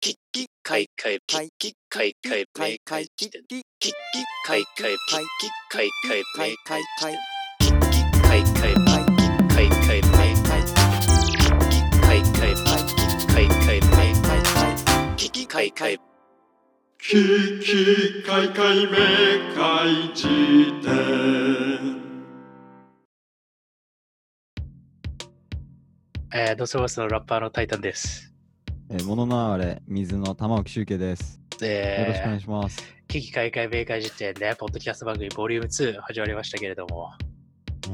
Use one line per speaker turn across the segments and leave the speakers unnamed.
キッキッカイカイキッキッカイカイメイカイキッキッカイカイキッキッカイカイメイカイキッキッカイカイキッキッカイカイメイカイキッキッカイカイキッキッカイカイメイカイキッキッカイカイ
キキカイカイメカイ辞典
えー、ドソバスのラッパーのタイタンです。
えー、物のあれ、水の玉置周慶です。よろしくお願
え
いします。
ー、危機開会明快時点で、ポッドキャスト番組ボリューム2始まりましたけれども、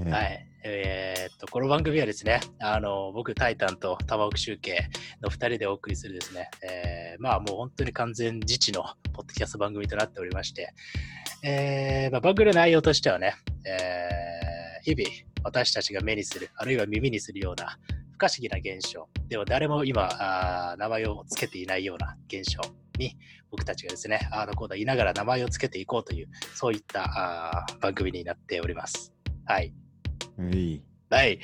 えー
はい。えーっと、この番組はですね、あの、僕、タイタンと玉置集計の2人でお送りするですね、えーまあもう本当に完全自治のポッドキャスト番組となっておりまして、えーまあ、番組の内容としてはね、えー日々私たちが目にする、あるいは耳にするような不可思議な現象、では誰も今、あー名前をつけていないような現象に、僕たちがですね、あーのこうだ言いながら名前をつけていこうという、そういったあー番組になっております。はい。
うい。
はい。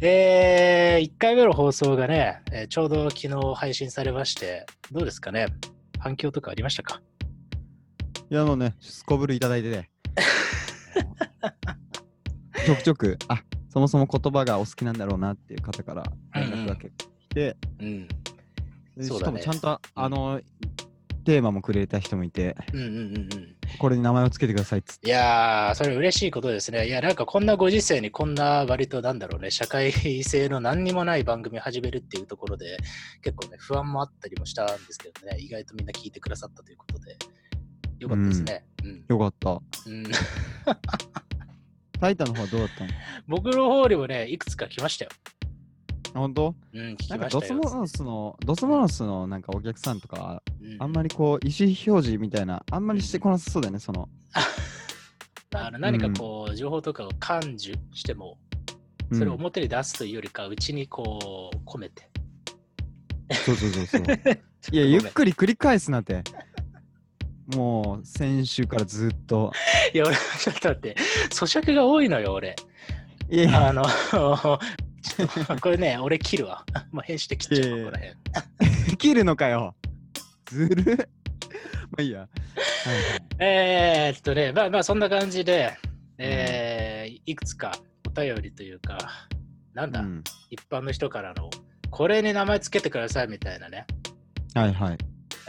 えー、1回目の放送がね、えーちょうど昨日配信されまして、どうですかね反響とかありましたか
いや、あのね、すこぶるいただい てね。ちょくちょく、あそもそも言葉がお好きなんだろうなっていう方から連絡が来て、
うん。
で
そう
し
だ
か
ね
もちゃんと、あの、テーマもくれた人もいて、
うんうんうんうん。
これに名前をつけてくださいっつって。
いやー、それ嬉しいことですね。いや、なんかこんなご時世にこんな割となんだろうね、社会性の何にもない番組始めるっていうところで、結構ね、不安もあったりもしたんですけどね、意外とみんな聞いてくださったということで、よかったですね。うん。
よかった。
うん、
タイタンの方はどうだったの
僕の方にもね、いくつか来ましたよ。
あ本当
うん、聞き
なん
ま
か
し
ド
た
ス
よ。
モノスの、ドスモノスのなんかお客さんとか、
う
あんまりこう、意思表示みたいな、あんまりしてこなさそうだよね、その。
あの何かこう、情報とかを感受しても、
うん
それを表に出すというよりか、うちにこう、込めて。
そうそう そうそう。いや、
ごめん
ゆっくり繰り返すなって。もう、先週からずっと。
いや、俺、ちょっと待って、咀嚼が多いのよ、俺。
いやいや、
あの、ちょっとこ れね、俺切るわ。 まあ、編集で切っちゃう
い
わ、
や
こ
いや
の辺。
切るのかよ。ずる。まあいいや。はい
えー、っとね、まあまあ、そんな感じで、えーいくつかお便りというか、なんだ、
はいうん
一般の人からの、これに名前つけてくださいみたいなね、
はいはい。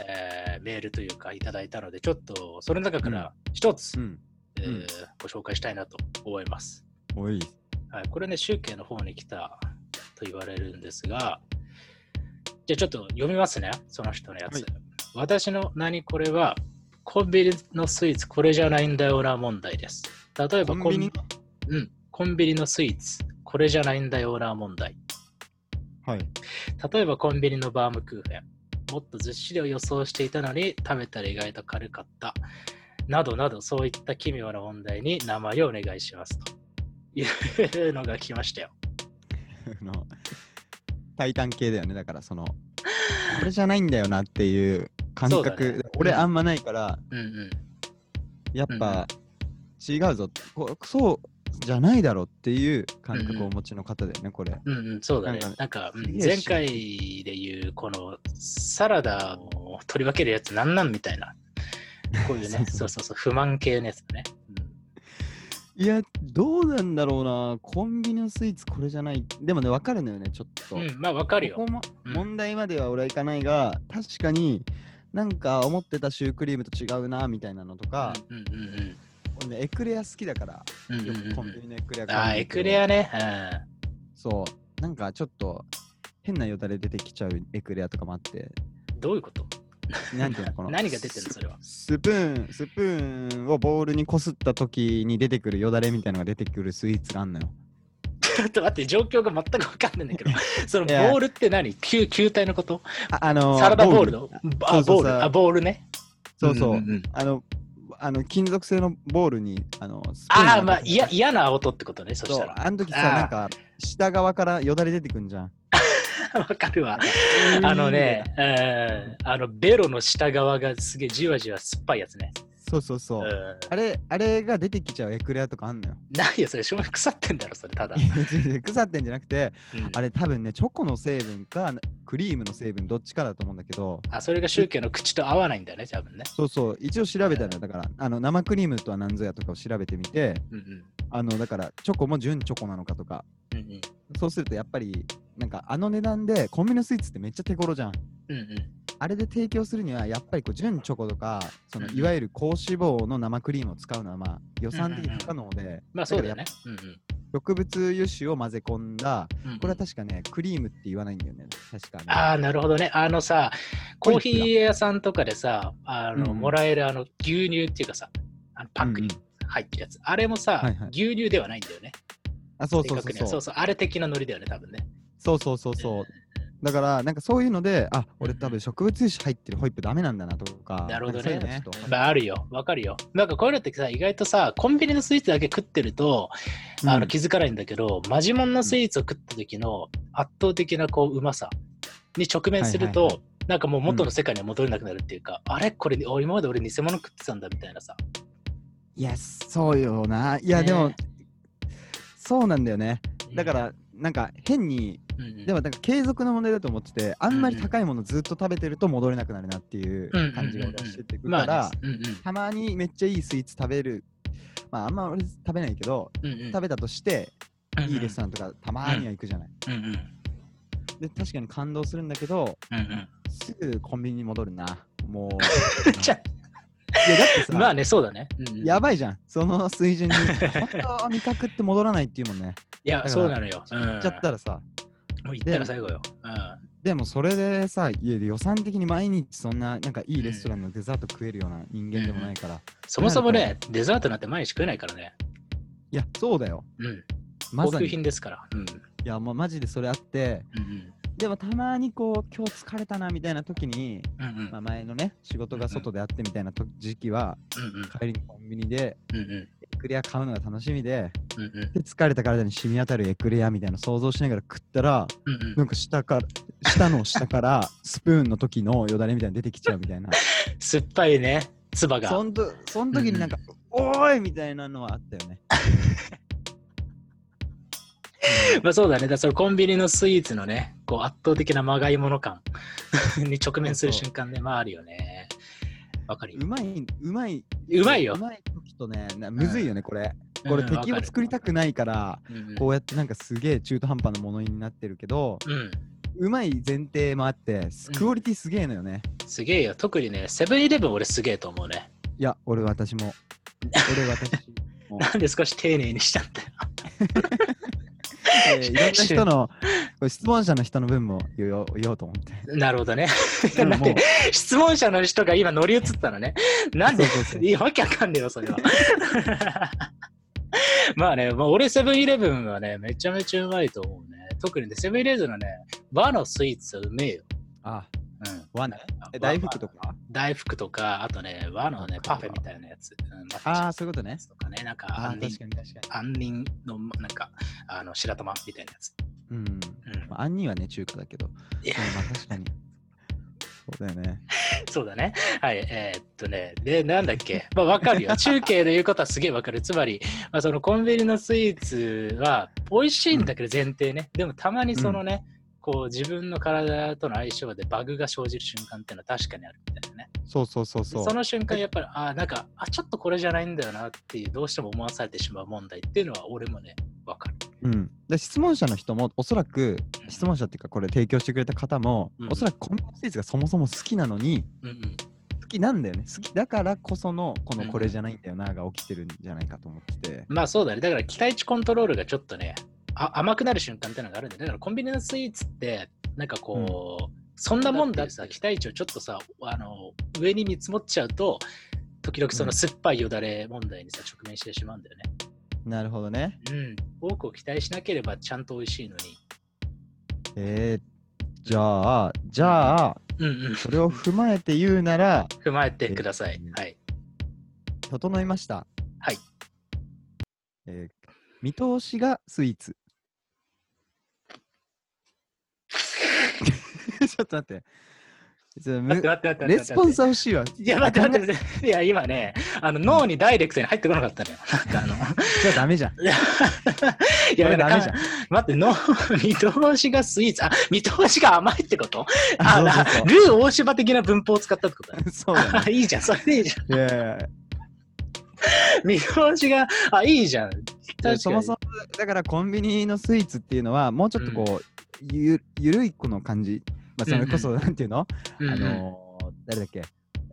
えーメールというか、いただいたので、ちょっと、その中から一つ、
うん。
えー
うん
ご紹介したいなと思います。
おい。
はい、これね、集計の方に来たと言われるんですが、じゃあちょっと読みますね、その人のやつ。
はい
私の何これは、コンビニのスイーツこれじゃないんだよな問題です。例えば
コンビニ
うん、コンビニのスイーツこれじゃないんだよな問題。
はい。
例えばコンビニのバームクーヘンもっとずっしりを予想していたのに食べたら意外と軽かったなどなどそういった奇妙な問題に名前をお願いしますというのが来ましたよ
あの、タイタン系だよね。だから、その、これじゃないんだよなっていう感
そうだ
覚。
ね
俺、
うん
あんまないから、
うんうん
やっぱ、違うぞこ。そうじゃないだろうっていう感覚をお持ちの方だよね、これ。
うんうん、そうだね
なんかね。
なんか、うん
すげえ
前回で言う、このサラダを取り分けるやつなんなんみたいな。こういう
そ
ね
う、そう
そうそうそう、不満系のやつだね。
いや、どうなんだろうな。コンビニのスイーツこれじゃない。でもね、わかるのよね、ちょっと。
うん、うんまあわかる
こ
よ
こ。も
うん
問題までは俺はいかないが、確かになんか思ってたシュークリームと違うな、みたいなのとか、
うんうんうん
俺ね、エクレア好きだから、
うん。うん
よく
う
コ
ん
ン
う
ビ
ん
ニのエクレア
ああ、エ
買うんだけど
クレアね。
そう。なんかちょっと変なよだれ出てきちゃうエクレアとかもあって、
うん。どういうこと
なんていうのこの。
何が出てるのそれは。
スプーン、スプーンをボウルにこすった時に出てくるよだれみたいなのが出てくるスイーツがあんのよ。
ちょっと待って、状況が全くわかんないんだけど、そのボ
いや
ールって何球球体のこと
あ、あのー
サラダボールのあ、
そう
ボー
そうそう
ル、あ、ボールね。
そうそう。
んんん
あの、あの金属製のボールに、あの、スプーン
ああ、
を
まあ
当てて
嫌嫌な音ってことね、そし
そ
た
う、
ら。
あの時さ、
あー
なんか、下側からよだれ出てくんじゃん。
わかるわ。あのね、うんあのベロの下側がすげえじわじわ酸っぱいやつね。
そうそうそうう。
ん。
あれ、あれが出てきちゃうエクレアとかあんのよ。
ないよ、それ、正面腐ってんだろ、それ、ただ
い。 や違う違う腐ってんじゃなくて、
うん
あれ多分ね、チョコの成分かクリームの成分どっちかだと思うんだけど、
あ、それが宗教の口と合わないんだよね、多分ね。
そうそう、一応調べたんだよ。だから、あの生クリームとは何ぞやとかを調べてみて、
うんうん。
あの、だから、チョコも純チョコなのかとか、
うんうん。
そうするとやっぱり、なんかあの値段でコンビニのスイーツってめっちゃ手頃じゃん。
うんうん。
あれで提供するには、やっぱりこう純チョコとか、その
うん
いわゆる高脂肪の生クリームを使うのは、まあ、予算的に不可能で、
まあ、そうだよね。うんうん。
植物油脂を混ぜ込んだ、
うんうん
これは確かね、クリームって言わないんだよね、確かね。
ああ、なるほどね。あのさ、コーヒー屋さんとかでさ、あの、
うん
もらえるあの牛乳っていうかさ、あのパックに
うん
入ってるやつ。あれもさ、
はいはい
牛乳ではないんだよね。
あ、そう
正
そう
確には
そう。
そうあれ的なノリだよね、多分ね。
そうそうそうそう。だから、なんかそういうので、あ、俺多分植物油脂入ってるホイップダメなんだなとか。
なるほどね
なんかそういうのちょっと
まあ、あるよ。わかるよ。なんかこういうのってさ、意外とさ、コンビニのスイーツだけ食ってると、あの気づかないんだけど、マジモンのスイーツを食った時の圧倒的なこううまさに直面すると、
はいは
なんかもう元の世界には戻れなくなるっていうか、あれこれお今まで俺偽物食ってたんだみたいなさ。
いや、そうよな。いや、
ね
でも、そうなんだよね。だから、なんか変に、
うん、うんうん
でもなんか継続の問題だと思ってて、あんまり高いものずっと食べてると戻れなくなるなっていう
うんうんうんうん
感じが俺はしててく
ま
か
あ
ら、
ね、
たまにめっちゃいいスイーツ食べる。まあ、あんま俺食べないけど、
うんうん、
食べたとして、
べ
いいレストランとかたまーには行くじゃない。
うんうん
で、確かに感動するんだけど、
うんうん
すぐコンビニに戻るな。もう。
じゃ
いやだってさ、
まあね、そうだね。うんうん
やばいじゃん。その水準に。本当味覚って戻らないっていうもんね。
いや、
だから
そうなのよ。うん
行っちゃったらさ。
もう行ったら最後よ。うん
でもそれでさ、家で予算的に毎日そんな、なんかいいレストランのデザート食えるような人間でもないから。
そもそもね、デザートなんて毎日食えないからね。
いや、そうだよ。
うん。
ま
高
さ
級
に。い
品ですから。うん。
や、もうマジでそれあって。
うん
でもたまにこう、今日疲れたなみたいな時に、
うん。うんうん
まあ、前のね、仕事が外であってみたいな時時期は、帰りにコンビニで
うんうんうん
エクレア買うのが楽しみで、
うんうん
で疲れた体に染み当たるエクレアみたいなの想像しながら食ったら、
うんうん
なんか下から、下の下からスプーンの時のよだれみたいに出てきちゃうみたいな。
酸っぱいね、唾が。
そんと、そん時になんか、おーいみたいなのはあったよね。
まあそうだね。だからそのコンビニのスイーツのね、こう圧倒的なまがいもの感 に直面する瞬間ね、まああるよね。わかるよ
うまい、うまい。
うまいよ
うまい時とね、なむずいよね、これ。これ
うん
敵を作りたくないから、
うんうん
こうやってなんかすげえ中途半端なものになってるけど、
うん。
うまい前提もあって、すクオリティすげえのよね。
すげえよ。特にね、セブンイレブン俺すげえと思うね。
いや、俺私も。俺私も。
なんで少し丁寧にしたんだよ。
えーいろんな人の、これ質問者の人の分も言おう言おうと思って。
なるほどね。
でも
なん
もう
で、質問者の人が今乗り移った のね。なんで
そうそうそう
いや、わけわかんねえよ、それは。 まあね、まあ、俺セブンイレブンはね、めちゃめちゃうまいと思うね。特にね、セブンイレブンのね、和のスイーツはうめえよ。
あ、
うん。
わね。え、大福とか
大福とか、あとね、和のね、パフェみたいなやつ。うん、
ああ、そういうことね
や。つとかね、なんか、
ああ、
杏
確
仁
かに確か
杏仁の、なんか、あの、白玉みたいなやつ。
に。う
う
ん。
ん
まあ、杏仁はね、中華だけど。
いや
うんまあ、確かに。そうだよね。
そうだね。はい。えーっとね、で、なんだっけ。まあ、わかるよ。 中継で言うことはすげえわかる。つまり、まあ、そのコンビニのスイーツは美味しいんだけど前提ね。でも、たまにそのね、こう、自分の体との相性でバグが生じる瞬間っていうのは確かにあるみたいなね。
そうそうそうそ。
そうの瞬間、やっぱり、ああ、なんか、あ、ちょっとこれじゃないんだよなっていう、どうしても思わされてしまう問題っていうのは、俺もね、わかる。
うん。で、質問者の人も、おそらく、質問者っていうか、これ提供してくれた方も、
うん
おそらくコンビニスイーツがそもそも好きなのに、
うんうん。
好きなんだよね。好きだからこその、こ
うん
のこれじゃないんだよな、が起きてるんじゃないかと思ってて。
まあそうだね。だから期待値コントロールがちょっとね、あ甘くなる瞬間ってのがあるんで、だからコンビニのスイーツって、なんかこう、そんなもんだってさ、期待値をちょっとさ、あの、上に見積もっちゃうと、時々その酸っぱいよだれ問題にさ、直面してしまうんだよね。
なるほどね。
うん。多くを期待しなければちゃんと美味しいのに。
えー、じゃあ、じゃあ、
うんうん。
それを踏まえて言うなら、
踏まえてください。はい。
整いました。
はい。
えー見通しがスイーツ。 ちょっと待って。ちょっと
待っ
む
て待って待って待って。
レスポンスは欲しいわ。
いや、待って待って待って。いや、今ね、あの脳にダイレクトに入ってこなかったのよ。なんかあの、
じゃあダメじゃん。
いや、
それ
なん
ダ
か
メじゃん。
待って、脳、 見通しがスイーツ、あ、見通しが甘いってこと あ
そうそう
なルー大柴的な文法を使ったってことだね。
そうだね。
あ いいじゃん、それでいいじゃん。
いやいやい
見通しが、あ、いいじゃん。
やそもそもだからコンビニのスイーツっていうのはもうちょっとこう、ゆゆるいこの感じ、まあ、それこそなんていうの、
うんうん、
あのー、誰だっけ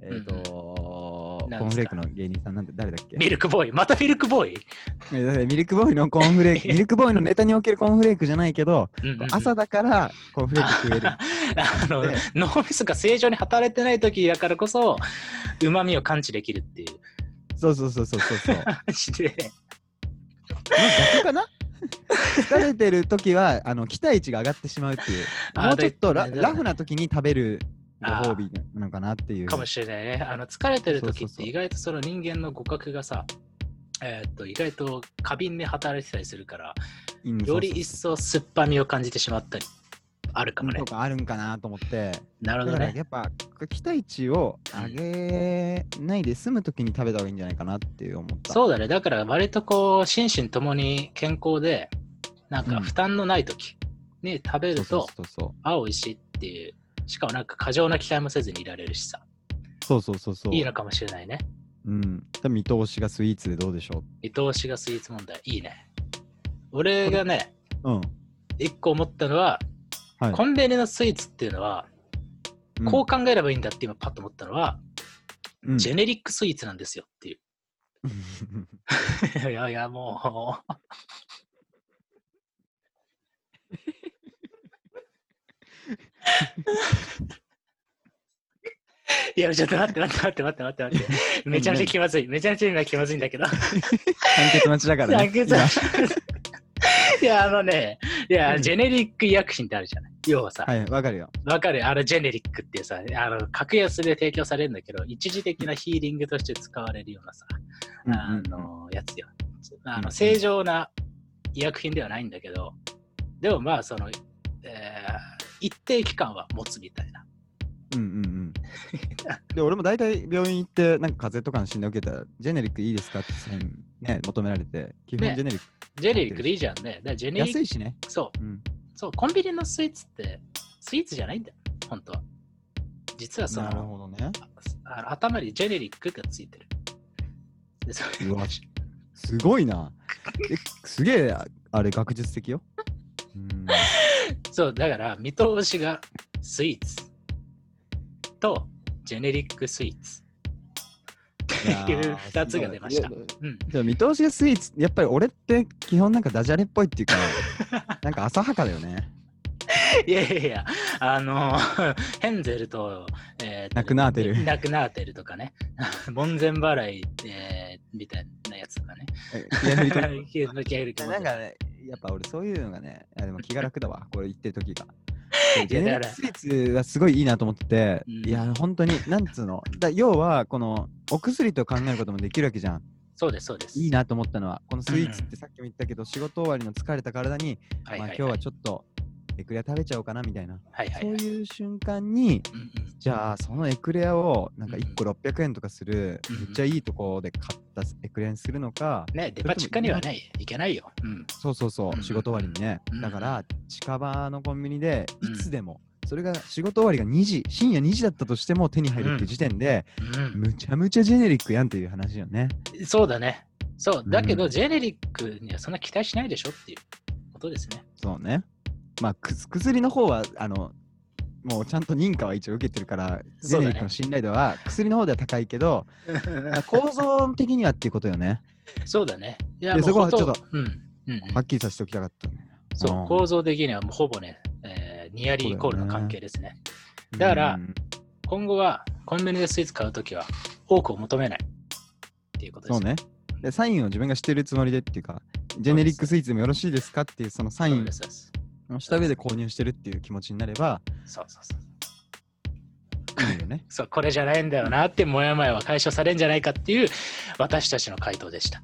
えっ、と
うんうん
コーンフレークの芸人さんなんて誰だっけ
ミルクボーイ、またミルクボーイ、
えだからミルクボーイのコーンフレークミルクボーイのネタにおけるコーンフレークじゃないけど
うんうんうん
朝だからコーンフレーク食え る
あの
ね
脳みそが正常に働いてない時だからこそ、うまみを感知できるっていう
そうそうそうそうそうそうまあ
話で、
逆かな疲れてる時はあの期待値が上がってしまうっていう
あ
もうちょっとラ
で
ラフな時に食べるご
あー
褒美なのかなっていう
かもしれないね。あの疲れてる時
そう
っ
そうそ
て
う
意外とその人間の互角がさ、えーっと意外と過敏に働いてたりするから、
うんそうそう
より一層酸っぱみを感じてしまったり、あるかもね
と。かあるんかなと思って
なる
だ
ほ
か
ど
ら
ね。
やっぱ期待値を上げないで済む時に食べた方がいいんじゃないかなっていう思った
そうだね。だから割とこう、心身ともに健康で、なんか負担のない時に食べると、
そうそう
あ、美味しいっていう。しかもなんか過剰な期待もせずにいられるしさ、
そうそうそうそうそう
いいのかもしれないね。
うん、見通しがスイーツでどうでしょ
見通しがスイーツ問題、いいね。俺がね、
ううん
一個思ったのは、
はい
コンビニのスイーツっていうのは、
うん
こう考えればいいんだって今パッと思ったのは、
うん
ジェネリックスイーツなんですよっていう。いやいや、もう。いや、ちょっと待って待って待って待って待って待って。めちゃめちゃ気まずい。めちゃめちゃ今気まずいんだけど。
判決待ち だからね。
いやいや、あのね、いや、ジェネリック医薬品ってあるじゃない。要はさ、
今はい、わかるよ。
わかるあのジェネリックってさ、あの格安で提供されるんだけど、一時的なヒーリングとして使われるようなさ、
うん
あ
うん
のやつよ。あ
うんう
の
ん
正常な医薬品ではないんだけど、でもまあ、その、えー一定期間は持つみたいな。
うんうんうん。で、俺も大体病院行って、なんか風邪とかの診断受けたら、ジェネリックいいですかってサイン、ね、求められて、基本
ね
ジェネリック。
ジェネリックでいいじゃんね。だからジェネリッ
安
ク、
いしね。
そう、
うん。
そう、コンビニのスイーツって、スイーツじゃないんだよ、本当は。実はそ
なる
の、
ほどね。
あの頭にジェネリックがついてる。でそれ
うわすごいな。えすげえ、あれ、学術的よ。うん。
そう、だから見通しがスイーツとジェネリックスイーツ。って いう2つが出ました。
いや
うん、
でも見通しがスイーツ、やっぱり俺って基本なんかダジャレっぽいっ ていうか、なんか浅はかだよね。
いやいやいや、あの ヘンゼルと、えー
ナクナーテル
ナクナーテルとかね、 門前払い、えーみたいなやつとかね。
え気が振り込まれ
気が気が入れて
る
も
な
らう
んかね、やっぱ俺そういうのがね、あでも気が楽だ わ、これ言ってる時が。ジ
いや
ェネ
だか
リック
ら
スイーツがすごいいいなと思ってて、
うん
いや、本当に、なんつうの、だ要は、このお薬と考えることもできるわけじゃん。
そうです、そうです。
いいなと思ったのは、このスイーツってさっきも言ったけど、仕事終わりの疲れた体に、
はいは
まあ
いはい、
今日はちょっとエクレア食べちゃおうかなみたいな、
はいはいはい
そういう瞬間に、
うんうん
じゃあそのエクレアをなんか1個600円とかする、
うんうん
めっちゃいいとこで買ったエクレアにするのか、
ね、デパ地下にはない、いけないよ。うん、
そうそう
う
そ
んう
う、
ん
仕事終わりにね
うんう。ん
だから、近場のコンビニで
うん
いつでも、それが仕事終わりが2時、深夜2時だったとしても手に入るっていう時点で、
うん
むちゃむちゃジェネリックやんっていう話よね。
そうだね。そう、だけ
う
ど、
ん
ジェネリックにはそんな期待しないでしょっていうことですね。
そうね。まあ、く薬の方は、あの、もうちゃんと認可は一応受けてるから、ジ
そ
ェ
うだね
ネリックの信頼度は薬の方では高いけど、まあ構造的にはっていうことよね。
そうだね。いや
いや
もう
そこは
ほん
ちょっと、
うんうんうん
はっきりさせておきたかったね。
そうう、
ん
構造的にはもうほぼね、えーニアリーイコールの関係ですね。だから
うん
今後はコンビニでスイーツ買うときは多くを求めないっていうことで
そう
すね。
ね。で、サインを自分がしてるつもりでっていうか、ジェネリックスイーツでもよろしいですかっていう、そのサイ
そう
ン
ですそうです
のした上で購入してるっていう気持ちになれば、
そうそうそう。
いい よね。
そう、これじゃないんだよなって、もやもやは解消されんじゃないかっていう私たちの回答でした。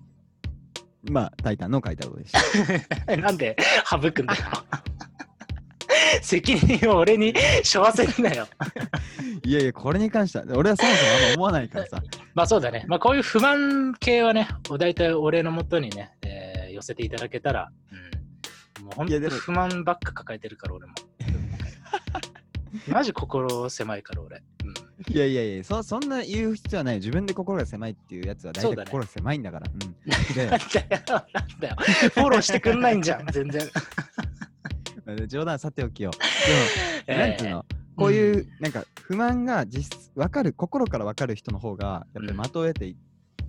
まあ、タイタンの書いたことでした。
なんで省くんだよ。 責任を俺に背負わせるなよ。
いやいや、これに関しては、俺はそもそもあんま思わないから さ。
まあそうだね。まあこういう不満系はね、大体俺のもとにね、えー寄せていただけたら、うん、もう本
いや
当
でも
不満ばっか抱えてるから俺も。マジ心狭いから俺。うん
いやいやいや、そそんな言う必要はない。自分で心が狭いっていうやつは
そ
大
うだね
体心が狭いんだか ら。うん
なんだよ、なんだよ。フォローしてくんないんじゃん、全然。
で冗談はさてお きよ。でも、なんていうの、こういう、なんか不満が実質分かる、心から分かる人の方が、やっぱり的を得て、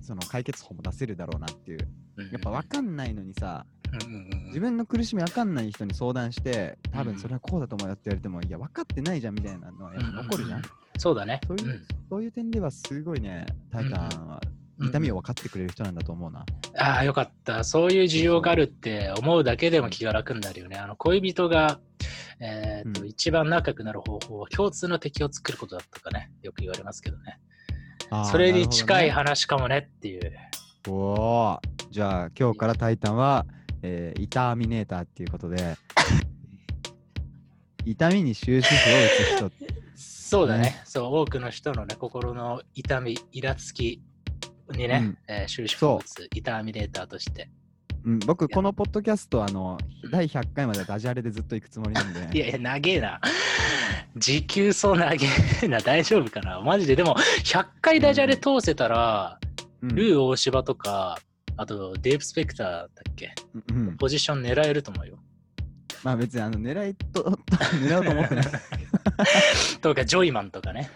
その解決法も出せるだろうなっていう。
うん、
やっぱ分かんないのにさ、
うんうんうん
自分の苦しみ分かんない人に相談して、多分それはこうだと思うよって言われても、いや、分かってないじゃんみたいなのはやっぱ残るじゃん。
そうだね。
そういう、
ん
そういう点ではすごいね、タイタンは痛みを分かってくれる人なんだと思うな。
ああ、よかった。そういう需要があるって思うだけでも気が楽になるよね。あの恋人が、えーと
うん
一番仲良くなる方法は共通の敵を作ることだとかね、よく言われますけどね。
あー
それに近い
なる
話かもねっていう。
ほどねおお、じゃあ今日からタイタンは、えー、痛みネーターっていうこ とで、痛みに終止符 を打つ人。
そうだね
ね
そう、多くの人のね、心の痛み、イラつきにね、
うん
えー終止符を打つ、痛みレーターとして。
うん、僕、このポッドキャスト、あの、第100回まではダジャレでずっと行くつもりなんで。
いやいや、長えな。時給そう長えな。大丈夫かなマジで。でも、100回ダジャレ通せたら、
うん、
ルー大柴とか、あとデーブ・スペクターだっけ
うんうん
ポジション狙えると思うよ。
まあ別に、あの、狙いと、狙おうと思ってない。
とか、ジョイマンとかね。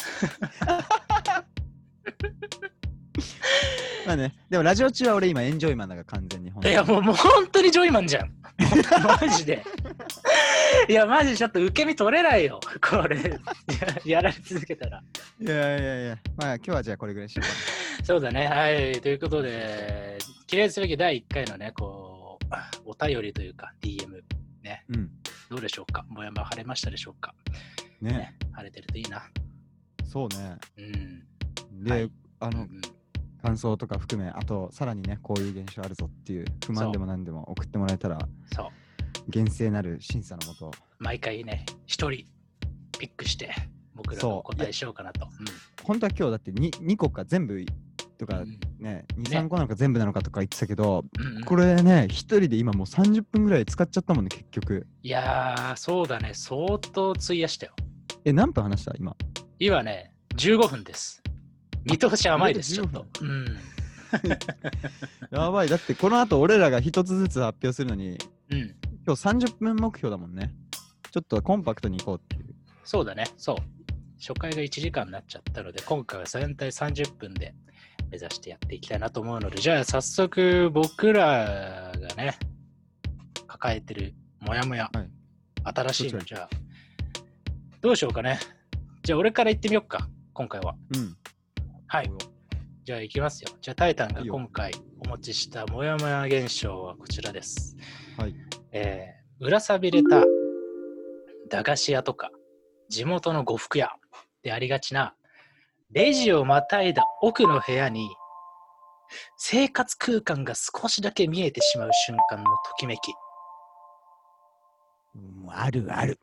まあね、でもラジオ中は俺今エンジョイマンだから完全に本
い
当に。
や、もう、もう本当にジョイマンじゃん。マジ で。いや、マジでちょっと受け身取れないよ。これ、 ややられ続けたら。
いやいやいや、まあ今日はじゃあこれぐらいにしようか
そうだね。はい。ということで、記念すべき第1回のね、こう、お便りというか、DM、
な。うん。
どうでしょうかもやもや晴れましたでしょうか
ね、
ね、晴れてるといいな。
そうね。
うん。
で、
はい
あ
うんう
の、
ん
感想とか含め、あと、さらにね、こういう現象あるぞっていう、不
そう
満でも何でも送ってもらえたら、
そう。
厳正なる審査のもと、
毎回ね、一人ピックして、僕ら
そう
のお答えしようかなと。う
本当は今日だって 2, 2個か全部と
ん
か
うん
ね、2、
ね
3個なのか全部なのかとか言ってたけど、
うんうん
これね、一人で今もう30分ぐらい使っちゃったもんね、結局。
いやー、そうだね、相当費やしたよ。
え、何分話した今。
今ね、15分です。見通し甘いです、ちょっと。うん。
やばい、だってこの後俺らが一つずつ発表するのに、
うん。
今日30分目標だもんね。ちょっとコンパクトに行こうっていう。
そうだね、そう。初回が1時間になっちゃったので、今回は全体30分で目指してやっていきたいなと思うので、じゃあ早速僕らがね、抱えてるモヤモヤ、
はい
新しいの、
ど
じゃあ、どうしようかね。じゃあ俺から行ってみようか、今回は。
うん。
はい。じゃあ行きますよ。じゃあタイタンが
いいよ
今回お持ちしたモヤモヤ現象はこちらです。
はい。
えー、裏さびれた駄菓子屋とか地元の呉服屋でありがちなレジをまたいだ奥の部屋に生活空間が少しだけ見えてしまう瞬間のときめき
うんあるある。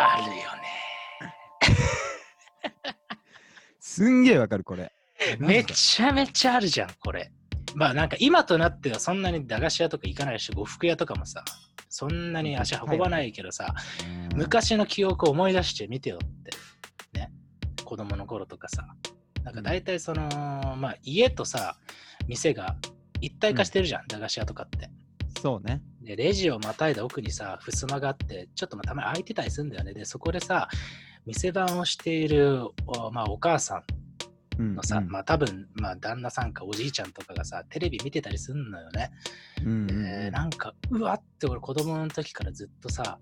あるよね
すんげえわかる、これ。
めちゃめちゃあるじゃんこれまあなんか今となってはそんなに駄菓子屋とか行かないし呉服屋とかもさそんなに足運ばないけどさ、
うん
昔の記憶を思い出してみてよってね子供の頃とかさなんか大体その、まあ家とさ店が一体化してるじゃん、駄菓子屋とかって
そうね。
でレジをまたいだ奥にさ襖があってちょっとまあたまに開いてたりするんだよねでそこでさ店番をしているお,、まあ、お母さ
うん
んのさ、まあ多分、まあ、旦那さんかおじいちゃんとかがさテレビ見てたりすんのよね
うんうん
えーなんかうわって俺子供の時からずっとさ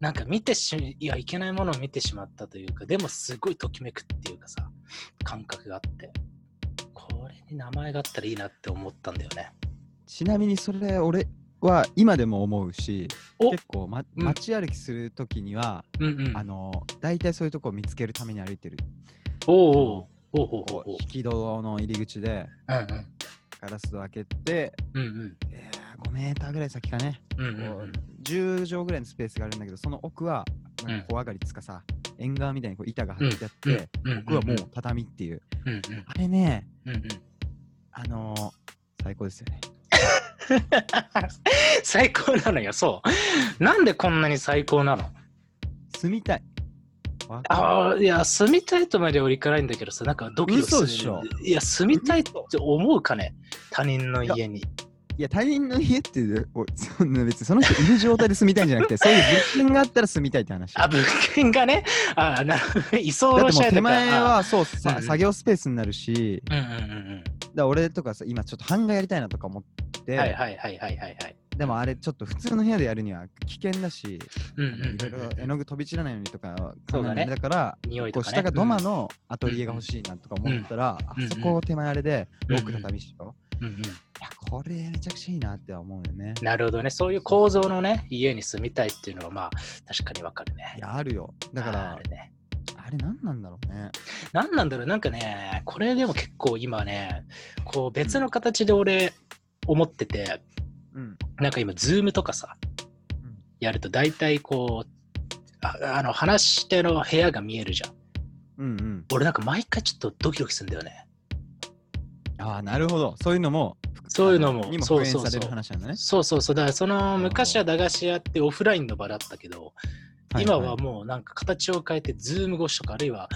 なんか見てしいやいけないものを見てしまったというかでもすごいときめくっていうかさ感覚があってこれに名前があったらいいなって思ったんだよね
ちなみにそれ俺は今でも思うし
お
結構、ま、
うん
街歩きするときには、
うんうん
あの大体そういうとこを見つけるために歩いてる
おうおうおうおうお
こ
う
う
おう
引き戸の入り口で
うんうん
ガラス戸開けて、
うん
えー5メーターぐらい先かね、
うんう
こ
んうんうん
う10畳ぐらいのスペースがあるんだけどその奥はなんか小上がりつかさ、縁側みたいにこう板が張ってあっ
うん
て、僕はもう畳っていう。
うんうん
あれね、
うんうん
あのー最高ですよね。
最高なのよ、そう。なんでこんなに最高なの
住みたい。わかる
ああ、いや、住みたいとまでは行かないんだけどさ、なんかドキドキする
嘘でしょ
いや、住みたいって思うかね、他人の家に。
いや、他人の家って、おそんな別にその人いる状態で住みたいんじゃ なくて、そういう物件があったら住みたいって話。
あ、物件がね、あなるほど、 居
だっ
候
ても
した
う
いと
手
か。
前はそうさ、
うんうん
作業スペースになるし、だか
あ。うんうんうん
ら俺とかさ、今ちょっと版画やりたいなとか思って、
うん。はいはいはいはいはいはい。
でもあれちょっと普通の部屋でやるには危険だし、
うんう
いろい
んう
ろ
ん。
絵の具飛び散らないようにとか、
そうだね
考えられるから、
匂い
ことう
か、ね。
下が土間のアトリエが欲しいなとか思ったら、
うんうん
あそこを手前あれで、
うん
ロック畳しよう。
うん、うんうん。
いや、これめちゃくちゃいいなって思うよね。
なるほどね。そういう構造のね、家に住みたいっていうのは、まあ、確かにわかるね
い。や、あるよ。だか
あ
ら
れ、ね、
あれ何なんだろうね。
何なんだろう、なんかね、これでも結構今ね、こう別の形で俺、思ってて、
うん。
なんか今、ズームとかさ
うん、
やると大体こう、ああの話し手の部屋が見えるじゃん。
うんうん。
俺なんか毎回ちょっとドキドキするんだよね。
ああ、なるほど。そういうのも、
そういうのも
にも
そう
復
そう
元
そう
される話なんだね。
そうそうそう、だからその
ほど
昔は駄菓子屋ってオフラインの場だったけど、今はもうなんか形を変えて、ズーム越しとか、あるいは、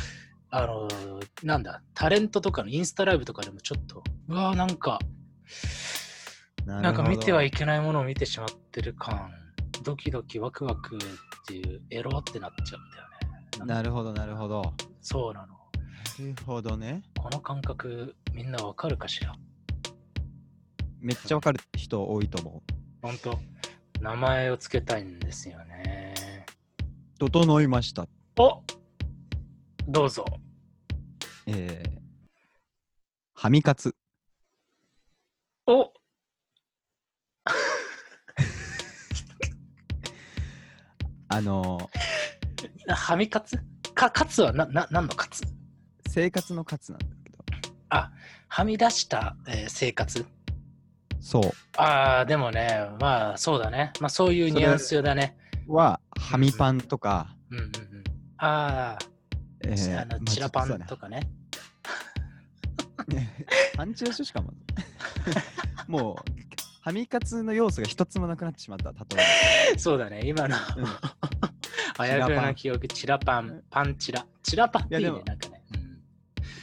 あのーなんだ、タレントとかのインスタライブとかでもちょっと、うわーなんか、
う、な
なんか見てはいいけないものを見てしまってる感、ドキドキワクワクっていう、エロってなっちゃうんだよね。
なるほど、なるほど。な
そうなの。
るほどね。
この感覚、みんなわかるかしら
めっちゃわかる人多いと思う。
本当名前をつけたいんですよね。
整いました。
おどうぞ。
えー、ハミカツ。
お
あの
ハミカツか、カツはな、な、何のカツ
ー、生活のカツなんだけど。
はみ出した、えー生活
そう。
ああ、でもね、まあそうだね。まあそういうニュアンスだね。
は、ハミパンとか、
うんうんうん。ああ、
えー
あの
まあ
チラパ
そう
ン
だね
とかね。
パンチラ書しかも もうハミカツの要素が一つもなくなってしまった例
そうだね、今の。
うん
あやふやな記憶、チラパン、パンチラ。チラパンっていい
いや
ね
でも、
なんかね。うん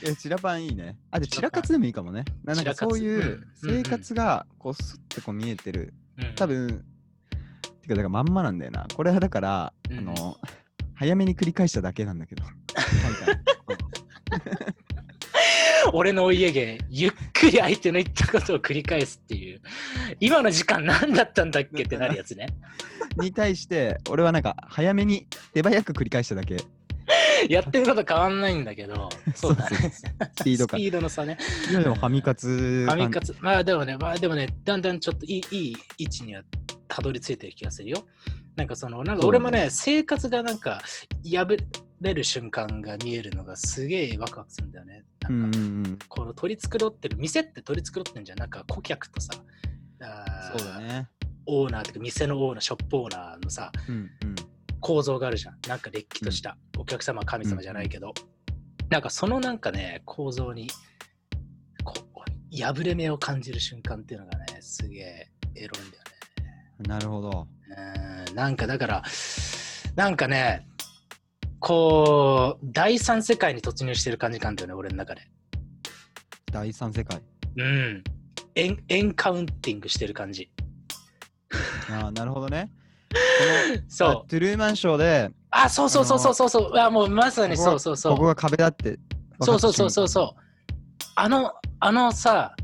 えばチラパンいいねあで
チ
チ
ラ
ラ
パン
カツでもいいかもねななんかそうい
チラ
う
カツうん
生活がこうスッてこう見えてる
うん
多分てかだからまんまなんだよなこれはだから、
うん
あの早めに繰り返しただけなんだけど書いた
俺のお家芸、ゆっくり相手の言ったことを繰り返すっていう、今の時間何だったんだっけってなるやつ ね。
のに対して俺はなんか早めに手早く繰り返しただけス
やってること変わんないんだけど、そうだね。
ピード感
ス
い
ピードの差ね。
やでもハミカツ
ハミカツ、まあでもね、まあでもね、だんだんちょっといいいい位置にはたどり着いてる気がするよ。なんかその、なんか俺もね、生活がなんか破れる瞬間が見えるのがすげえワクワクするんだよね。な
うんうんん
か、
うん
この取り繕ってる、店って取り繕ってんじゃん。なんか顧客とさ、あー
そうだね
オーナーとか店のオーナー、ショップオーナーのさ、
うんうん
構造があるじゃん。なんかれっきとした、お客様は神様じゃないけど、なんかそのなんかね、構造に、こう、破れ目を感じる瞬間っていうのがね、すげえエロいんだよ
なるほど
ね。うーん、なんかだから、なんかね、こう、第三世界に突入してる感じなんだよね、俺の中で。
第三世界
うん。エンエンカウンティングしてる感じ。
ああ、なるほ どね。このあ
そう。
トゥルーマンショーで、
あ、そうそうそうそうそうそう。あ、もうまさに
ここ
そう
が
そうそう
ここ。が壁だって分
そ
か
う
った瞬間。
そうそうそうそう。あの、あのさ、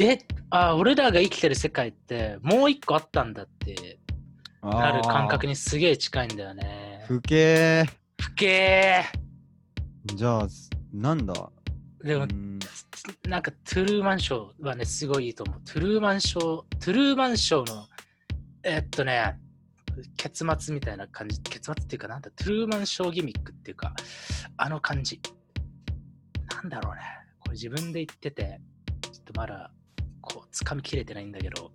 え、あ、俺らが生きてる世界って、もう一個あったんだって
あー
なる感覚にすげえ近いんだよね。
不景。
ふけ
じゃあ、すなんだ
ーで
う
も、
ーん
なんか、トゥルーマンショーはね、すごいいいと思う。トゥルーマンショー、トゥルーマンショーの、えっとね、結末みたいな感じ、結末っていうか、なんだ、トゥルーマンショーギミックっていうか、あの感じ。なんだろうね。これ自分で言ってて、ちょっとまだ、こう、掴みきれてないんだけど、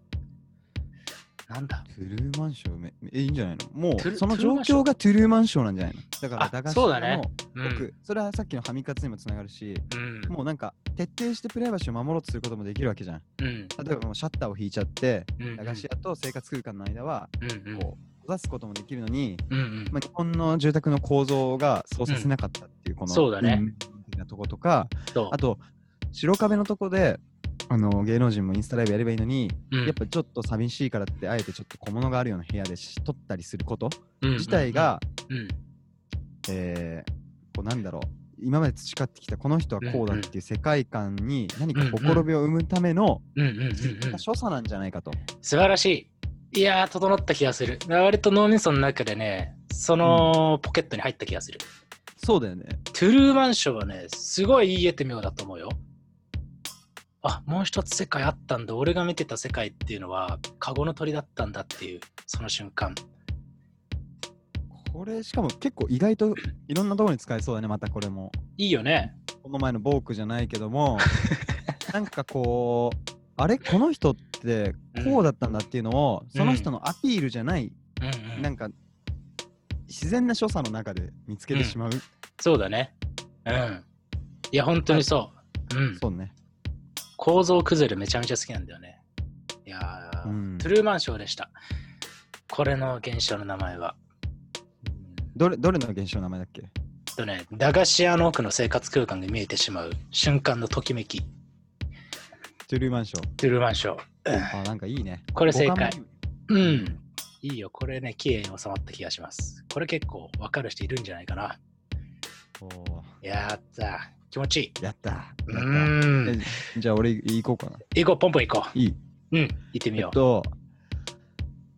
なんだ
トゥルーマンションめえいいんじゃないのも
トゥ
う
ル
その
トゥルー
状
マンション
況がトゥルーマンションなんじゃないのだから
あ
駄菓子
そうだね
屋の
うん
奥それはさっきのハミ活にもつながるし、
うん
もうなんか徹底してプライバシーを守ろうとすることもできるわけじゃん
うん
例えばもうシャッターを引いちゃって
うん
駄菓子屋と生活空間の間は
うんうん
こう閉ざすこともできるのに、
うんうん
まあ、日本の住宅の構造がそうさせなかったっていうこの、
そうだね
運命的なとことか
そう
あと白壁のとこであの芸能人もインスタライブやればいいのに、
うん
やっぱちょっと寂しいからってあえてちょっと小物があるような部屋でし撮ったりすること
うん
自体が、
うんうん
えーこうなんだろう今まで培ってきたこの人はこうだっていう世界観に何かほころびを生むための
うんうんうんうん
所作なんじゃないかと。
素晴らしいいやー整った気がする割と脳みその中でねそのポケットに入った気がする、
そうだよね。
トゥルーマンションはねすごいいい絵って妙だと思うよあもう一つ世界あったんだ俺が見てた世界っていうのはカゴの鳥だったんだっていうその瞬間
これしかも結構意外といろんなところに使えそうだねまたこれも。
いいよね
この前のボークじゃないけ どもなんかこうあれこの人ってこうだったんだっていうのを、その人のアピールじゃない、
うんうん
なんか自然な所作の中で見つけてしまう、
そうだねうんいや本当にそう、うん、
そうね
構造崩れめちゃめちゃ好きなんだよねいやー、
うん
トゥルーマンションでしたこれの現象の名前はうん
どれどれの現象の名前だっけ
えっとね、駄菓子屋の奥の生活空間が見えてしまう瞬間のときめき、
トゥルーマンション
トゥルーマンション。
あなんかいいね
これ正解
五感もいい
うん。いいよ、これね、綺麗に収まった気がします。これ結構わかる人いるんじゃないかな。
お
やったー。気持ちいい。
ーやったやった
うーん。
えじゃあ俺行こうかな
行こう、ポンポン行こ。
いいう
うん。行ってみ
え
よ
っ
う。
と、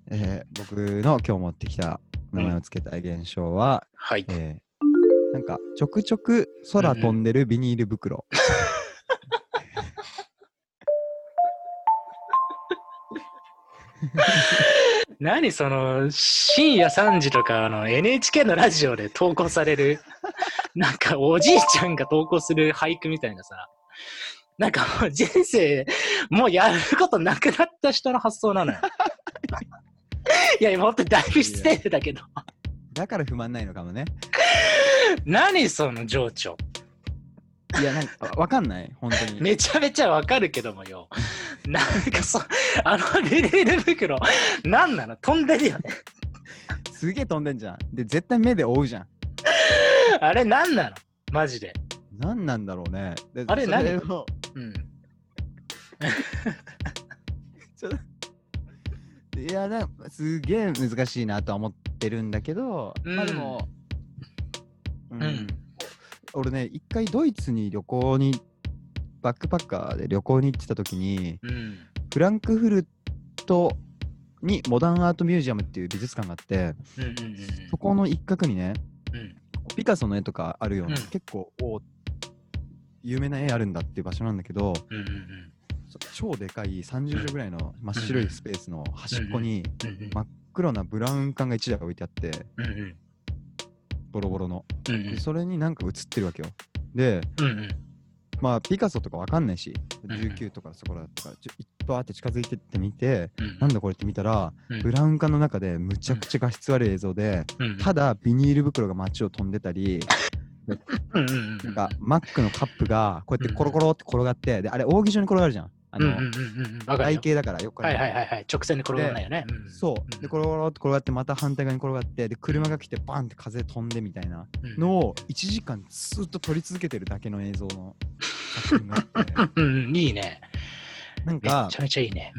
えー僕の今日持ってきた名前をつけたい現象は、
はい。
えーなんかちょくちょく空飛んでるビニール袋。
何その、深夜3時とか、あの、NHK のラジオで投稿され る、なんかおじいちゃんが投稿する俳句みたいなさ、なんかもう人生、もうやることなくなった人の発想なの よ。いや、今本当にだいぶ失礼だけど。
だから不満ないのかもね。
何その情緒。
いや、なんか わわかんない、本当に。
めちゃめちゃわかるけどもよ。なんかそ、あのビニール袋、なんなの飛んでるよね。
すげえ飛んでんじゃん。で、絶対目で追うじゃん。
あれなんなのマジで。
なんなんだろうね。で
あれ
そを
うん。
ちょっといや、なんかすげえ難しいなとは思ってるんだけど、まあでも、うん
うん
俺ね、一回ドイツに旅行に、バックパッカーで旅行に行ってた時に、
うん。
フランクフルトにモダンアートミュージアムっていう美術館があって、
うんうん
そこの一角にね、
うんうん。
ピカソの絵とかあるような、
うん
結構お有名な絵あるんだっていう場所なんだけど、
うんうんうん
そ超でかい30畳ぐらいの真っ白いスペースの端っこに
うんうん
真っ黒なブラウン管が1台置いてあって、
うんうん
ボロボロの。
うん
でそれになんか映ってるわけよ。で、
うん
まあピカソとかわかんないし、
んうん
19とかそこらだったから、ちょいっぱーって近づいてってみて、
うん
なんだこれって見たら、
うん
ブラウン管の中でむちゃくちゃ画質悪い映像で、
うん
ただビニール袋が街を飛んでたり、
うんうんうん
なんかマックのカップがこうやってコロコロって転がって、であれ扇状に転がるじゃん。あ
うんうん
の、
うんうんわかる
台
よ
形だからよくあ
は
る
いはいはいはい直線に転がらないよねん
そう。で、コロコロって転がって、また反対側に転がって、で、車が来てバンって風飛んでみたいな
うん
のを1時間ずっと撮り続けてるだけの映像の作品があ っ
う
て
んうんうんいいね
なん
め
か
ちゃめちゃいいね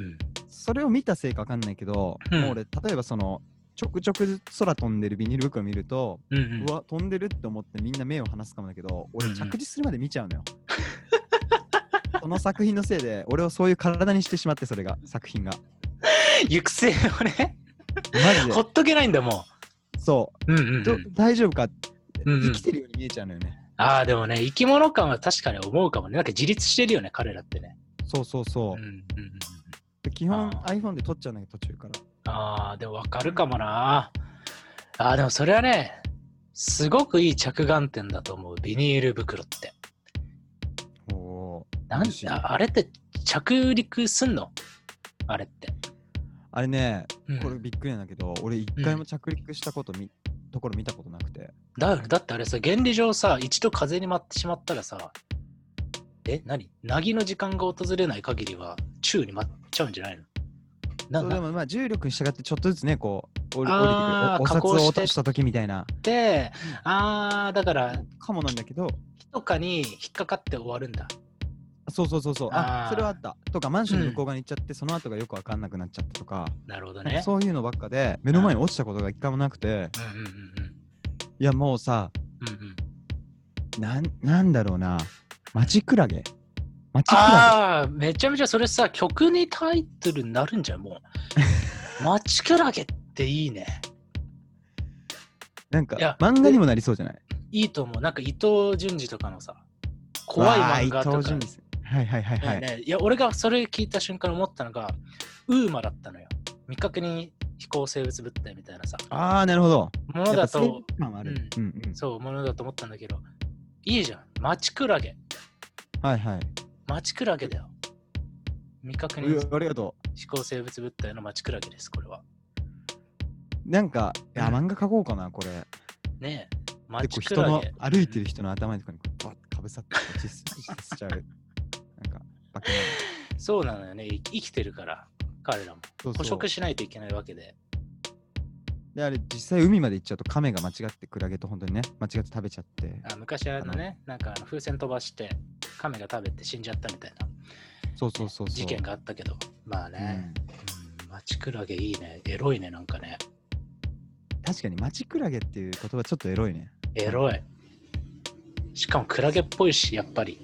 それを見たせいかわかんないけど、
うん
もう俺、例えばその、ちょくちょく空飛んでるビニール袋見ると、
うんうん
うわ飛んでるって思ってみんな目を離すかもだけど
うんう
俺
ん
着地するまで見ちゃうのよ この作品のせいで俺をそういう体にしてしまってそれが作品が
行く末をね
マジ
ほ
で
っとけないんだも
そう
うんうん
う、ど大丈夫か
うんうん
生きてるように見えちゃうのよね、
ああでもね生き物感は確かに思うかもねなんか自立してるよね彼らってね
そうそうそ
んう
うう、
んうんうん
で基本
あ
iPhone で撮っちゃうんだけど途中から
ああでもわかるかもなあーでもそれはねすごくいい着眼点だと思うビニール袋って
おお
なん
嬉しい
ああれって着陸すんのあれって。
あれね、
うん
これびっくりなんだけど、俺一回も着陸したことみ、ところ見たことなくて。
だだってあれさ、原理上さ、一度風に舞ってしまったらさ、え、何なぎの時間が訪れない限りは、宙に舞っちゃうんじゃないのな
そ
ん
うで
かっ
もまあ重力に従ってちょっとずつね、こう、降り降りて
あー
くる。おお
加
札
工
を
して
落とした時みたいな。
て、あー、だから、
かもなんだけど、
ひとかに引っかかって終わるんだ。
そうそうそうそう、あ
あー
それはあった。とか、マンションの向こう側に行っちゃって、その後がよくわかんなくなっちゃったとか、
なるほど
なんか
ね。
そういうのばっかで、目の前に落ちたことが一回もなくて、
うんうんうん
いや、もうさ、
うんうんうん
なんなんだろうな、町クラゲ町クラ
あー、めちゃめちゃそれさ、曲にタイトルになるんじゃん、もう。マチクラゲっていいね。
ゲなん
いや
か、漫画にもなりそうじゃない
いいと思う。なんか伊藤淳二とかのさ、怖い漫画
わー
と
伊藤
か。
潤二さんはいはいはいは
ね
い。
えねえいや俺がそれ聞いた瞬間思ったのがウーマだったのよ未確認飛行生物物体みたいなさ
ああ、なるほど。
もの
やっぱ
だ
正義
と
感はある。うんうん。
そうものだと思ったんだけどいいじゃんマチクラゲ
はいはい。
マチクラゲだよ未確
うわ
認
ありがと
飛行生物物体のマチクラゲですこれは
う。なんか、いや、
うん
漫画描こうかな、これ。
ねえマ
で
チ
こう
ク
人
ラ
の
ゲ
歩いてる人の頭にとかにこうバッとかぶさってこうチスチスしちゃう。なんかバカな
そうなのよねい生きてるから彼らも
そうそ
捕
う
食しないといけないわけで
であれ実際海まで行っちゃうとカメが間違ってクラゲと本当にね間違って食べちゃって
あ昔あのねなんかあの風船飛ばして亀が食べて死んじゃったみたいな
そうそうそうそう
事件があったけどまあ
う
ね、
ん
うんマチクラゲいいね。エロいね、なんかね。
確かにマチクラゲっていう言葉ちょっとエロいね
エロい。しかもクラゲっぽいし、やっぱり。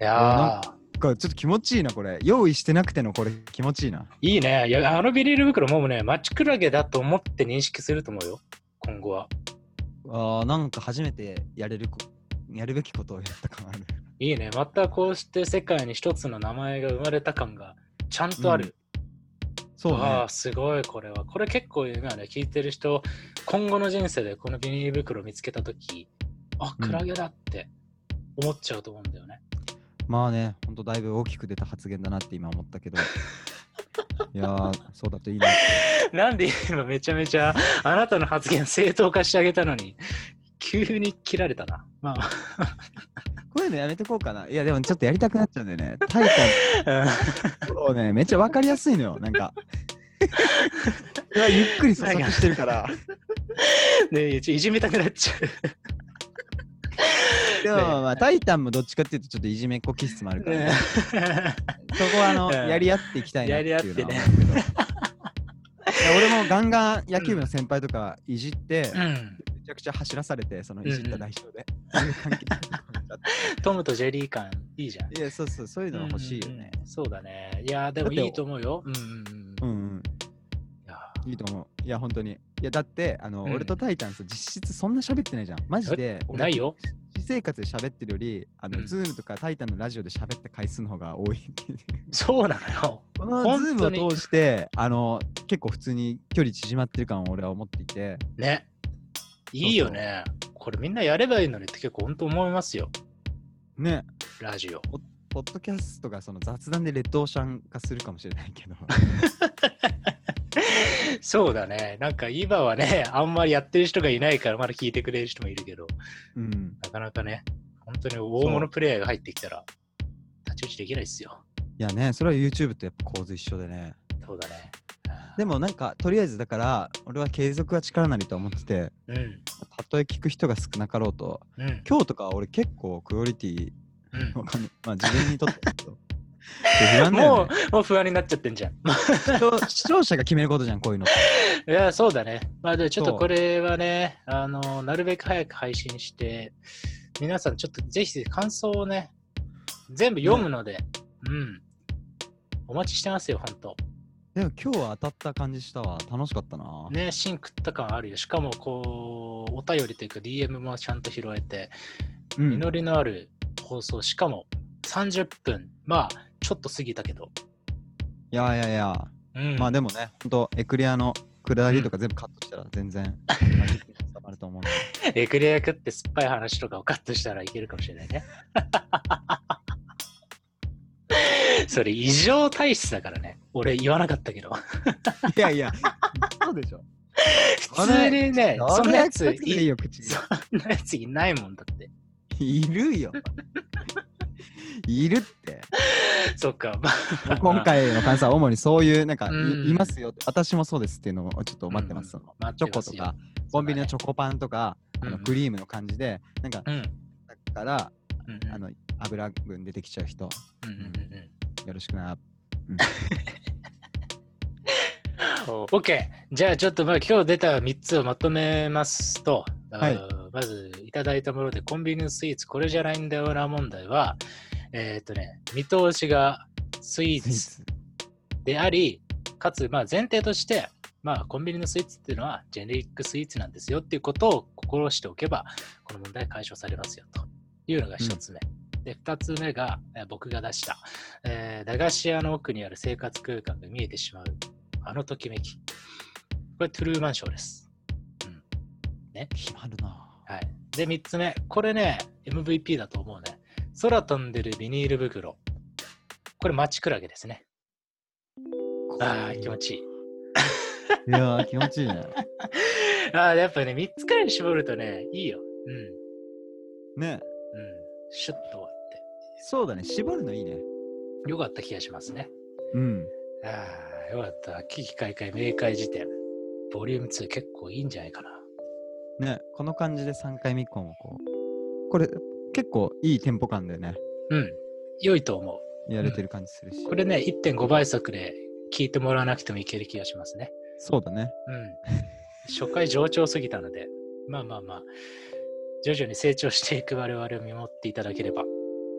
いやー、
これちょっと気持ちいいなこれ用意してなくてのこれ気持ちいいない
いね。いや、あのビニール袋もうね、マチクラゲだと思って認識すると思うよ。今後は。
あーなんか初めてやれるこやるべきことをやった感ある
いいね。またこうして世界に一つの名前が生まれた感がちゃんとある。
そう
あ
ね
あ、すごい、これは。これ結構今ね、聞いてる人、今後の人生でこのビニール袋見つけたとき、あ、クラゲだって思っちゃうと思うんだよね。
まあねほんとだいぶ大きく出た発言だなって今思った けどいやーそうだといいなっ て
なんで今めちゃめちゃあなたの発言正当化してあげたのに急に切られたな。まあ、
こういうのやめてこうかな。いや、でもちょっとやりたくなっちゃうんだよね。タイ タンのところね、めっちゃわかりやすいのよ。なんか。いやゆっくり咀嚼して るから。
ね、いじめたくなっちゃ
でもまあまあ、タイタンもどっちかっていうと、ちょっといじめっ子気質もある
う。
から、
ね
ね、そこはあの、
うん
やり合っていきたいなっていうのは思うけど。いや俺もガンガン野球部の先輩とかいじって、
うん、
めちゃくちゃ走らされて、そのいじった代償で。そういう関係性とかになっちゃっ
トムとジェリー感いいじゃん。
ていや、そうそう、そういうのが欲しいよね。
うんそうだね。いや、でもいいと思うよ。うんうんう
う
んん。い
うん。
や
いいと思う。いや、本当に。いや、だって、あの、
うん
俺とタイタンさ、実質そんな喋ってないじゃん。マジで、俺
ないよ。
私生活で喋ってるより、あの、
うん
ズームとかタイタンのラジオで喋った回数の方が多いっていう。
そうなのよ。
このズ
本当に
ームを通して、あの、結構普通に距離縮まってる感を俺は思っていて、
ね。いいよね。これみんなやればいいのにって結構本当思いますよ。
ね、
ラジオ。
ポッドキャストがその雑談でレッドオーシャン化するかもしれないけ ど、
そうだね。なんか今はね、あんまりやってる人がいないからまだ聞いてくれる人もいるけど。
うん。
なかなかね、本当に大物プレイヤーが入ってきたら、太刀打ちできないっすよ。
いやね、それは YouTube とやっぱ構図一緒でね。
そうだね。
でもなんか、とりあえずだから、俺は継続は力なりと思ってて、
うん。
たとえ聞く人が少なかろうと、
うん。
今日とかは俺結構クオリティ
うん
わかんない。まあ自分にとって だけど不安だ
も
よ
う
ね、
もう不安になっちゃってんじゃん。ま
視聴視聴者が決めることじゃん、こういうのって。
あいや、そうだね。まあ、でちょっ
そ
と
う
これはね、あの、なるべく早く配信して、皆さんちょっとぜひ感想をね、全部読むので、うん。お待ちしてますよ、本当。
でも今日は当たった感じしたわ。楽しかったな。
ね、芯食った感あるよ。しかも、こう、お便りというか DM もちゃんと拾えて、
うん、
実りのある放送、しかも30分、まあ、ちょっと過ぎたけど、
いやいやいや、
うん、
まあでもね、ほんとエクレアの下りとか全部カットしたら全然、まあ実に収まると思うんで。
エクレア食って酸っぱい話とかをカットしたらいけるかもしれないね。 それ、異常体質だからね。俺言わなかったけど。
いやいや、そうでしょ。
普通にね、そんなやつ
いい
い、
よ、口に
そんなやついないもんだって。
いるよ。いるって。
そっか、まあ、
今回の感想は主にそういう、なんか、
うん
いいますよ。私もそうですっていうのをちょっと待ってます。
うん
その
待
チ
って
ョコ
ます
と
よ
か、コンビニのチョコパンとか、あ
うん
の
うん
クリームの感じで、なんか、
うん。
だから、
うん
あの、油分出てきちゃう人、
うんうんうんうん
よろしくな。
お OK! じゃあちょっとまあ今日出た3つをまとめますと、あーまずいただいたものでコンビニのスイーツこれじゃないんだよな問題は、えっ、とね、見通しがスイー
スイー
ツ
ツ
であり、かつまあ前提として、まあ、コンビニのスイーツっていうのはジェネリックスイーツなんですよっていうことを心しておけば、この問題解消されますよというのが1つ目。で、2つ目が、えー僕が出した、えー駄菓子屋の奥にある生活空間が見えてしまう、あのときめき。これ、トゥルーマンショーです。
決まるな。
はい。で、3つ目。これね、MVP だと思うね。空飛んでるビニール袋。これ、マチクラゲですね。ああ、気持ちいい。
いやー、気持ちいいね。
ああ、やっぱね、3つくらい絞るとね、いいよ。うん。うん。
ね。
シュッと終わって。
そうだね、絞るのいいね。
よかった気がしますね。
うん。
ああ、よかった。危機開会、明快時点。ボリューム2結構いいんじゃないかな。
ね、この感じで3回目以降もこう、これ結構いいテンポ感でね、
うん。良いと思
やれてる感じするし。
う。これね、1.5倍速で聞いてもらわなくてもいける気がしますね。
そうだね。
うん。初回上長すぎたので、まあまあまあ、徐々に成長していく我々を見守っていただければ。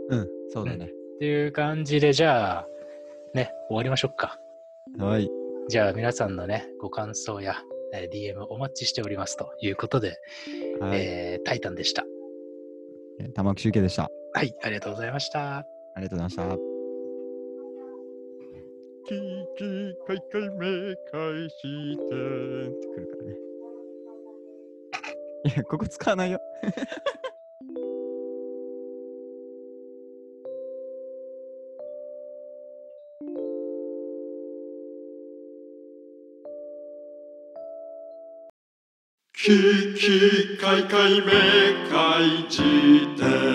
うん、そうだね。
っていう感じで、じゃあ、ね、終わりましょうか。
はい。
じゃあ皆さんのね、ご感想や、えー DM お待ちしておりますということで、
はい。
えータイタンでした。
玉木集計でした。
はい、ありがとうございました。
ありがとうございました。
キキカイカイメカイして
来るからね。いや、ここ使わないよ。
キキカイカイメカイ辞典